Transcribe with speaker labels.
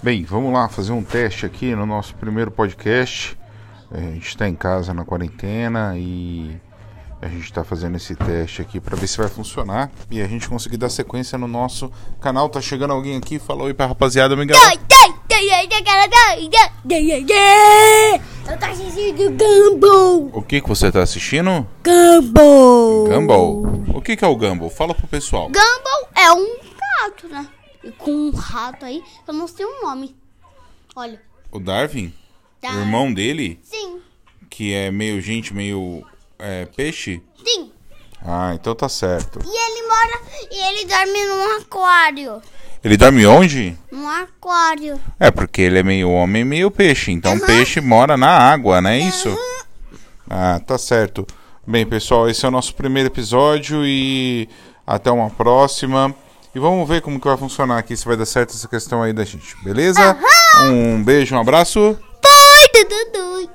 Speaker 1: Bem, vamos lá fazer um teste aqui no nosso primeiro podcast. É, A gente está em casa na quarentena e a gente está fazendo esse teste aqui para ver se vai funcionar e a gente conseguir dar sequência no nosso canal. Tá chegando alguém aqui, falou aí pra rapaziada, me engano.
Speaker 2: Eu tô assistindo Gumball.
Speaker 1: O que que você tá assistindo?
Speaker 2: Gumball.
Speaker 1: Gumball. O que que é o Gumball? Fala pro pessoal.
Speaker 2: Gumball é um gato, né? E com um rato aí, eu não sei o nome. Olha.
Speaker 1: O Darwin,
Speaker 2: Tá. assim,
Speaker 1: o irmão dele,
Speaker 2: Sim,
Speaker 1: que é meio gente, meio é, peixe.
Speaker 2: sim.
Speaker 1: Ah, então tá certo.
Speaker 2: E ele mora... E ele dorme num aquário.
Speaker 1: Ele dorme onde?
Speaker 2: Num aquário.
Speaker 1: É, porque ele é meio homem e meio peixe. Então peixe mora na água, não é isso?
Speaker 2: Hum,
Speaker 1: Ah, tá certo. Bem, pessoal, esse é o nosso primeiro episódio e até uma próxima. E vamos ver como que vai funcionar aqui, se vai dar certo essa questão aí da gente, beleza? Um beijo, um abraçoi, Dudu!
Speaker 2: Oi, Dudu.